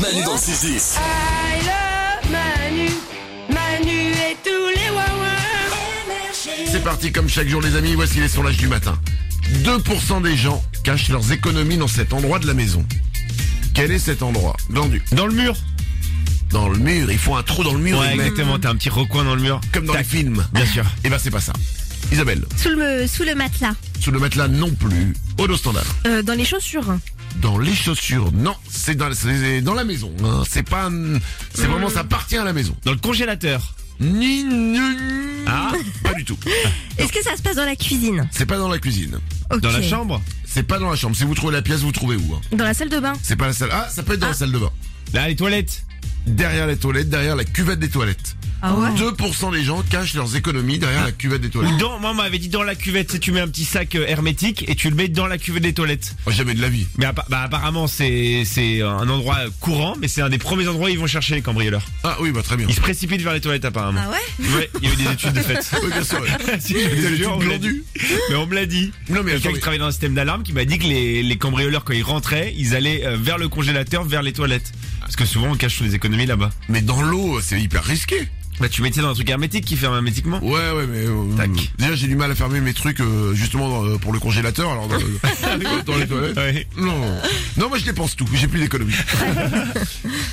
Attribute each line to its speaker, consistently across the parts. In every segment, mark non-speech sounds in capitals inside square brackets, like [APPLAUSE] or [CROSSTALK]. Speaker 1: Manu dans le 6-10.
Speaker 2: I love Manu, Manu et tous les wawa.
Speaker 3: C'est parti comme chaque jour les amis, voici les sondages du matin. 2% des gens cachent leurs économies dans cet endroit de la maison. Quel est cet endroit Glandu.
Speaker 4: Dans le mur
Speaker 3: Dans le mur, ils font un trou dans le mur,
Speaker 4: Ouais,
Speaker 3: ils mettent
Speaker 4: Ah, exactement, t'as un petit recoin dans le mur.
Speaker 3: comme dans les films.
Speaker 4: Bien sûr.
Speaker 3: Et ben c'est pas ça. Isabelle,
Speaker 5: Sous le, sous le matelas.
Speaker 3: sous le matelas non plus, au dos standard.
Speaker 5: Euh, dans les chaussures.
Speaker 3: Dans les chaussures, non, c'est dans, c'est dans la maison. hein. C'est pas, un- c'est vraiment ça appartient à la maison.
Speaker 4: Dans le congélateur.
Speaker 3: Ni, ni-
Speaker 4: Ah.
Speaker 3: pas du tout.
Speaker 5: Est-ce que ça se passe dans la cuisine
Speaker 3: C'est pas dans la cuisine.
Speaker 4: Dans la
Speaker 5: Ok.
Speaker 4: chambre.
Speaker 3: C'est pas dans la chambre. Si vous trouvez la pièce, vous trouvez où hein.
Speaker 5: Dans la salle de bain.
Speaker 3: C'est pas la salle. Ah, ça peut être dans la salle de bain.
Speaker 4: Là, les toilettes.
Speaker 3: derrière les toilettes, derrière la cuvette des toilettes.
Speaker 5: Ah ouais
Speaker 3: 2% des gens cachent leurs économies derrière la cuvette des
Speaker 4: Ou
Speaker 3: toilettes.
Speaker 4: dans, moi, on m'avait dit dans la cuvette, c'est tu mets un petit sac euh, hermétique et tu le mets dans la cuvette des toilettes.
Speaker 3: Oh, jamais de la vie.
Speaker 4: Mais appa- bah, apparemment, c'est, c'est un endroit courant, mais c'est un des premiers endroits où ils vont chercher les cambrioleurs.
Speaker 3: Ah oui, bah très bien.
Speaker 4: Ils se précipitent vers les toilettes, apparemment.
Speaker 5: Ah ouais
Speaker 4: Ouais, il y a eu des études
Speaker 3: [LAUGHS]
Speaker 4: de fait.
Speaker 3: Oui, bien sûr. ouais.
Speaker 4: Si, je te
Speaker 3: Des
Speaker 4: jure,
Speaker 3: études
Speaker 4: on me l'a
Speaker 3: glandues.
Speaker 4: dit. Mais on me l'a dit.
Speaker 3: Non, mais
Speaker 4: Quelqu'un qui
Speaker 3: attendez.
Speaker 4: travaillait dans un système d'alarme qui m'a dit que les, les cambrioleurs, quand ils rentraient, ils allaient euh, vers le congélateur, vers les toilettes. Parce que souvent, on cache les économies là-bas.
Speaker 3: Mais dans l'eau, c'est hyper risqué.
Speaker 4: Bah, tu mettais dans un truc hermétique qui ferme hermétiquement.
Speaker 3: Ouais, ouais, mais. euh,
Speaker 4: Tac.
Speaker 3: Déjà, j'ai du mal à fermer mes trucs euh, justement dans, euh, pour le congélateur. Alors dans, euh, dans les toilettes.
Speaker 4: Ouais.
Speaker 3: Non, non, moi je dépense tout. J'ai plus d'économie.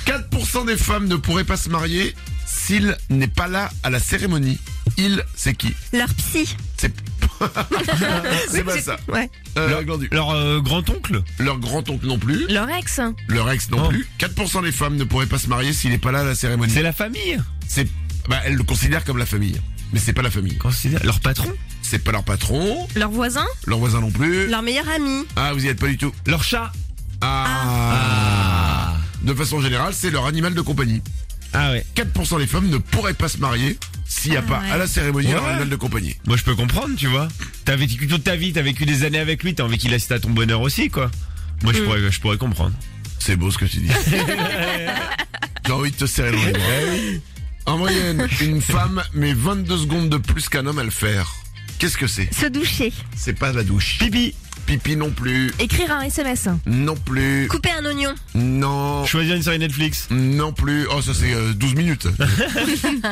Speaker 3: 4% des femmes ne pourraient pas se marier s'il n'est pas là à la cérémonie. Il, c'est qui
Speaker 5: Leur psy.
Speaker 3: C'est [LAUGHS] c'est pas ça.
Speaker 5: Ouais.
Speaker 3: Euh,
Speaker 4: Leur-
Speaker 3: Glandu.
Speaker 4: Leur euh, grand-oncle
Speaker 3: Leur grand-oncle non plus.
Speaker 5: Leur ex.
Speaker 3: Leur ex non
Speaker 4: Oh.
Speaker 3: plus. 4% des femmes ne pourraient pas se marier s'il n'est pas là à la cérémonie.
Speaker 4: C'est la famille
Speaker 3: C'est, bah, elles le considèrent comme la famille. Mais c'est pas la famille.
Speaker 4: Considère- Leur patron
Speaker 3: C'est pas leur patron,
Speaker 5: Leur voisin.
Speaker 3: leur voisin non plus.
Speaker 5: Leur meilleur ami.
Speaker 3: Ah, vous y êtes pas du tout.
Speaker 4: Leur chat
Speaker 3: Ah. De façon générale, c'est leur animal de compagnie.
Speaker 4: Ah ouais.
Speaker 3: 4% des femmes ne pourraient pas se marier s'il n'y a
Speaker 5: Ah
Speaker 3: pas
Speaker 5: ouais.
Speaker 3: à la cérémonie leur
Speaker 4: Ouais.
Speaker 3: animal de compagnie.
Speaker 4: Moi, je peux comprendre, tu vois. T'as vécu toute ta vie, t'as vécu des années avec lui, t'as envie qu'il assiste à ton bonheur aussi, quoi. Moi, je pourrais, je pourrais comprendre.
Speaker 3: C'est beau ce que tu
Speaker 4: [LAUGHS]
Speaker 3: dis. J'ai envie de te serrer dans les bras. En moyenne, une femme met 22 secondes de plus qu'un homme à le faire. Qu'est-ce que c'est
Speaker 5: Se doucher.
Speaker 3: C'est pas la douche.
Speaker 4: Pipi
Speaker 3: Pipi non plus.
Speaker 5: Écrire un SMS.
Speaker 3: Non plus.
Speaker 5: Couper un oignon.
Speaker 3: Non.
Speaker 4: Choisir une série Netflix.
Speaker 3: Non plus. Oh, ça c'est euh, 12
Speaker 4: [LAUGHS]
Speaker 3: minutes.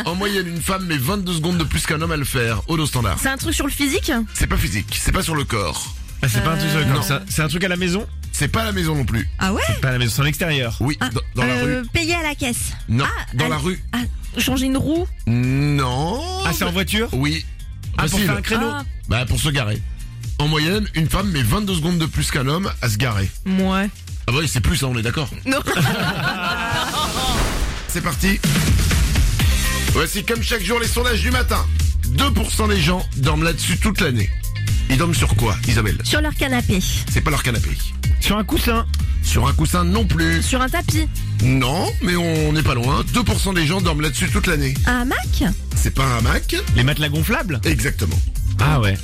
Speaker 3: en moyenne, une femme met 22 secondes de plus qu'un homme à le faire. Au dos standard.
Speaker 5: C'est un truc sur le physique
Speaker 3: C'est pas physique, c'est pas sur le corps.
Speaker 4: Ah, c'est pas un truc sur le
Speaker 3: non.
Speaker 4: corps. C'est un- C'est un truc à la maison
Speaker 3: C'est pas à la maison non plus.
Speaker 5: Ah ouais
Speaker 4: Pas à la maison, c'est en extérieur.
Speaker 3: Oui, dans, dans la
Speaker 5: Euh,
Speaker 3: rue.
Speaker 5: Payer à la caisse.
Speaker 3: Non.
Speaker 5: ah,
Speaker 3: dans
Speaker 5: ah,
Speaker 3: la rue.
Speaker 5: Ah, changer une roue.
Speaker 3: Non.
Speaker 4: Ah, c'est en voiture
Speaker 3: Oui.
Speaker 4: Ah, pour
Speaker 3: Facile.
Speaker 4: faire un créneau
Speaker 5: Ah,
Speaker 3: Bah, pour se garer. En moyenne, une femme met 22 secondes de plus qu'un homme à se garer.
Speaker 5: moi.
Speaker 3: Ah bah oui, c'est plus, hein, on est d'accord.
Speaker 5: Non. [LAUGHS]
Speaker 3: C'est parti. Voici comme chaque jour les sondages du matin. 2% des gens dorment là-dessus toute l'année. Ils dorment sur quoi, Isabelle
Speaker 5: Sur leur canapé.
Speaker 3: C'est pas leur canapé.
Speaker 4: Sur un coussin
Speaker 3: Sur un coussin non plus.
Speaker 5: Sur un tapis.
Speaker 3: Non, mais on n'est pas loin. 2% des gens dorment là-dessus toute l'année.
Speaker 5: Un hamac.
Speaker 3: C'est pas un hamac
Speaker 4: Les matelas gonflables
Speaker 3: Exactement.
Speaker 4: Ah ouais.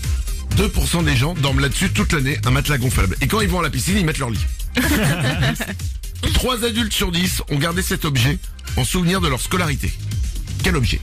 Speaker 3: 2% des gens dorment là-dessus toute l'année, un matelas gonflable. Et quand ils vont à la piscine, ils mettent leur lit. 3 adultes sur 10 ont gardé cet objet en souvenir de leur scolarité. Quel objet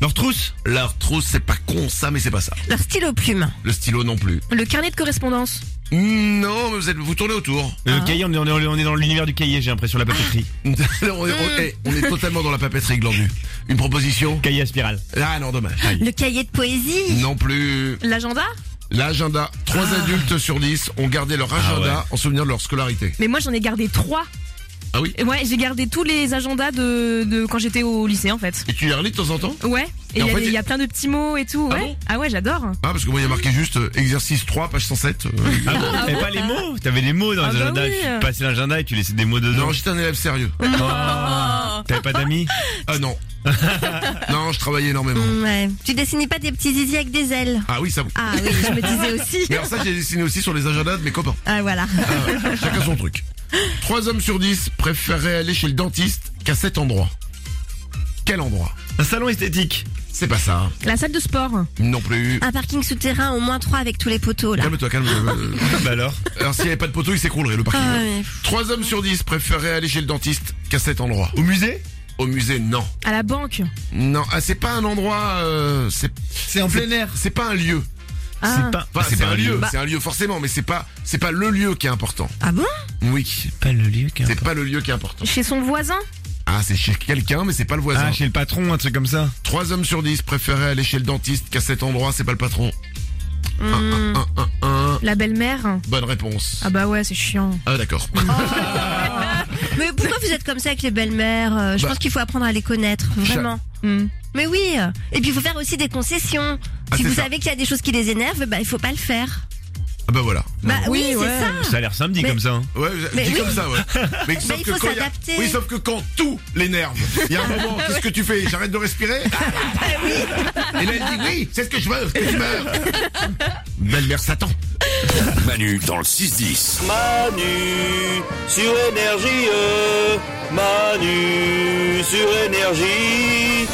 Speaker 4: Leur trousse
Speaker 3: Leur trousse, c'est pas con ça, mais c'est pas ça.
Speaker 5: Leur stylo plume.
Speaker 3: Le stylo non plus.
Speaker 5: Le carnet de correspondance.
Speaker 3: Non, mais vous, êtes, vous tournez autour. [LAUGHS]
Speaker 4: Le cahier, on est, on est- on est dans l'univers du cahier, j'ai l'impression, la papeterie.
Speaker 3: on, est, on- eh, on est totalement dans la papeterie, Glandu. Une proposition
Speaker 4: Cahier à spirale.
Speaker 3: Ah non, dommage. Aïe.
Speaker 5: Le cahier de poésie.
Speaker 3: Non plus.
Speaker 5: L'agenda
Speaker 3: L'agenda. 3 adultes sur 10 ont gardé leur agenda en souvenir de leur scolarité.
Speaker 5: Mais moi j'en ai gardé trois.
Speaker 3: Ah oui
Speaker 5: Et Ouais, j'ai gardé tous les agendas de, de quand j'étais au lycée en fait.
Speaker 3: Et tu les relis de temps en temps
Speaker 5: Ouais,
Speaker 3: Et
Speaker 5: et il
Speaker 3: en
Speaker 5: y, a
Speaker 3: fait,
Speaker 5: des-
Speaker 3: il-
Speaker 5: il y a plein de petits mots et tout.
Speaker 3: Ah
Speaker 5: ouais,
Speaker 3: bon
Speaker 5: ah ouais, j'adore.
Speaker 3: Ah, parce que moi, il y a marqué juste euh, exercice 3, page 107. euh,
Speaker 4: Ah bon T'avais pas les mots T'avais les mots dans
Speaker 5: Ah
Speaker 4: les
Speaker 5: bah
Speaker 4: agendas.
Speaker 5: oui.
Speaker 4: Tu passais l'agenda et tu laissais des mots dedans.
Speaker 3: non, j'étais un élève sérieux.
Speaker 4: Oh. T'avais pas d'amis
Speaker 3: Ah non. non, je travaillais énormément.
Speaker 5: ouais. Tu dessinais pas des petits zizi avec des ailes
Speaker 3: Ah oui, ça.
Speaker 5: Ah oui, je me disais [LAUGHS] aussi.
Speaker 3: Mais alors ça, j'ai dessiné aussi sur les agendas de mes copains.
Speaker 5: Ah voilà.
Speaker 3: Chacun son truc. 3 hommes sur 10 préféreraient aller chez le dentiste qu'à cet endroit. Quel endroit
Speaker 4: Un salon esthétique.
Speaker 3: C'est pas ça. hein.
Speaker 5: La salle de sport.
Speaker 3: Non plus.
Speaker 5: Un parking souterrain au moins trois avec tous les poteaux là.
Speaker 3: Calme-toi, calme.
Speaker 5: [LAUGHS]
Speaker 3: euh,
Speaker 4: bah alors
Speaker 3: Alors s'il n'y avait pas de poteau, il s'écroulerait le parking.
Speaker 5: Ah ouais.
Speaker 3: 3 hommes sur 10 préféreraient aller chez le dentiste qu'à cet endroit.
Speaker 4: Au musée
Speaker 3: Au musée, non.
Speaker 5: À la banque.
Speaker 3: Non, ah, c'est pas un endroit. euh, c'est
Speaker 4: C'est en
Speaker 3: C'est pas un lieu.
Speaker 5: Ah.
Speaker 4: C'est pas,
Speaker 3: Enfin, c'est un lieu,
Speaker 5: Bah-
Speaker 3: c'est un lieu forcément, mais c'est pas, c'est pas le lieu qui est important.
Speaker 5: Ah bon
Speaker 3: Oui,
Speaker 4: Pas le lieu qui est
Speaker 3: c'est pas le lieu qui est important.
Speaker 5: Chez son voisin
Speaker 3: Ah, c'est chez quelqu'un, mais c'est pas le voisin.
Speaker 4: Ah, chez le patron, un truc comme ça.
Speaker 3: Trois hommes sur 10 préféraient aller chez le dentiste qu'à cet endroit, c'est pas le patron.
Speaker 5: Hmm,
Speaker 3: Un, un, un.
Speaker 5: La belle-mère
Speaker 3: Bonne réponse.
Speaker 5: Ah bah ouais, c'est chiant.
Speaker 3: Ah, d'accord.
Speaker 1: Mais pourquoi vous êtes comme ça avec les belles-mères Euh, Je
Speaker 3: Bah.
Speaker 1: pense qu'il faut apprendre à les connaître, vraiment.
Speaker 5: Hmm.
Speaker 1: Mais oui. Et puis il faut faire aussi des concessions.
Speaker 3: Ah,
Speaker 1: si
Speaker 3: c'est
Speaker 1: vous
Speaker 3: ça.
Speaker 1: savez qu'il y a des choses qui les énervent, bah il faut pas le faire.
Speaker 3: Ah, bah voilà.
Speaker 1: Bah oui,
Speaker 5: Oui, ouais.
Speaker 1: c'est ça.
Speaker 4: Ça a l'air samedi
Speaker 1: Mais-
Speaker 4: comme ça. hein.
Speaker 3: Ouais,
Speaker 1: Mais
Speaker 3: dit
Speaker 1: oui.
Speaker 3: comme
Speaker 1: [LAUGHS]
Speaker 3: ça, ouais. Mais sauf
Speaker 1: il faut
Speaker 3: quand y a-
Speaker 1: s'adapter.
Speaker 3: Oui, sauf que quand tout l'énerve, il y a
Speaker 1: [LAUGHS]
Speaker 3: un moment, qu'est-ce que tu fais J'arrête de respirer
Speaker 1: Ah, bah
Speaker 3: Et là, elle dit oui, c'est ce que je veux, que tu meurs.
Speaker 1: [LAUGHS]
Speaker 3: Belle-mère Satan.
Speaker 6: Manu dans le 6-10.
Speaker 7: Manu sur énergie, euh, Manu sur énergie.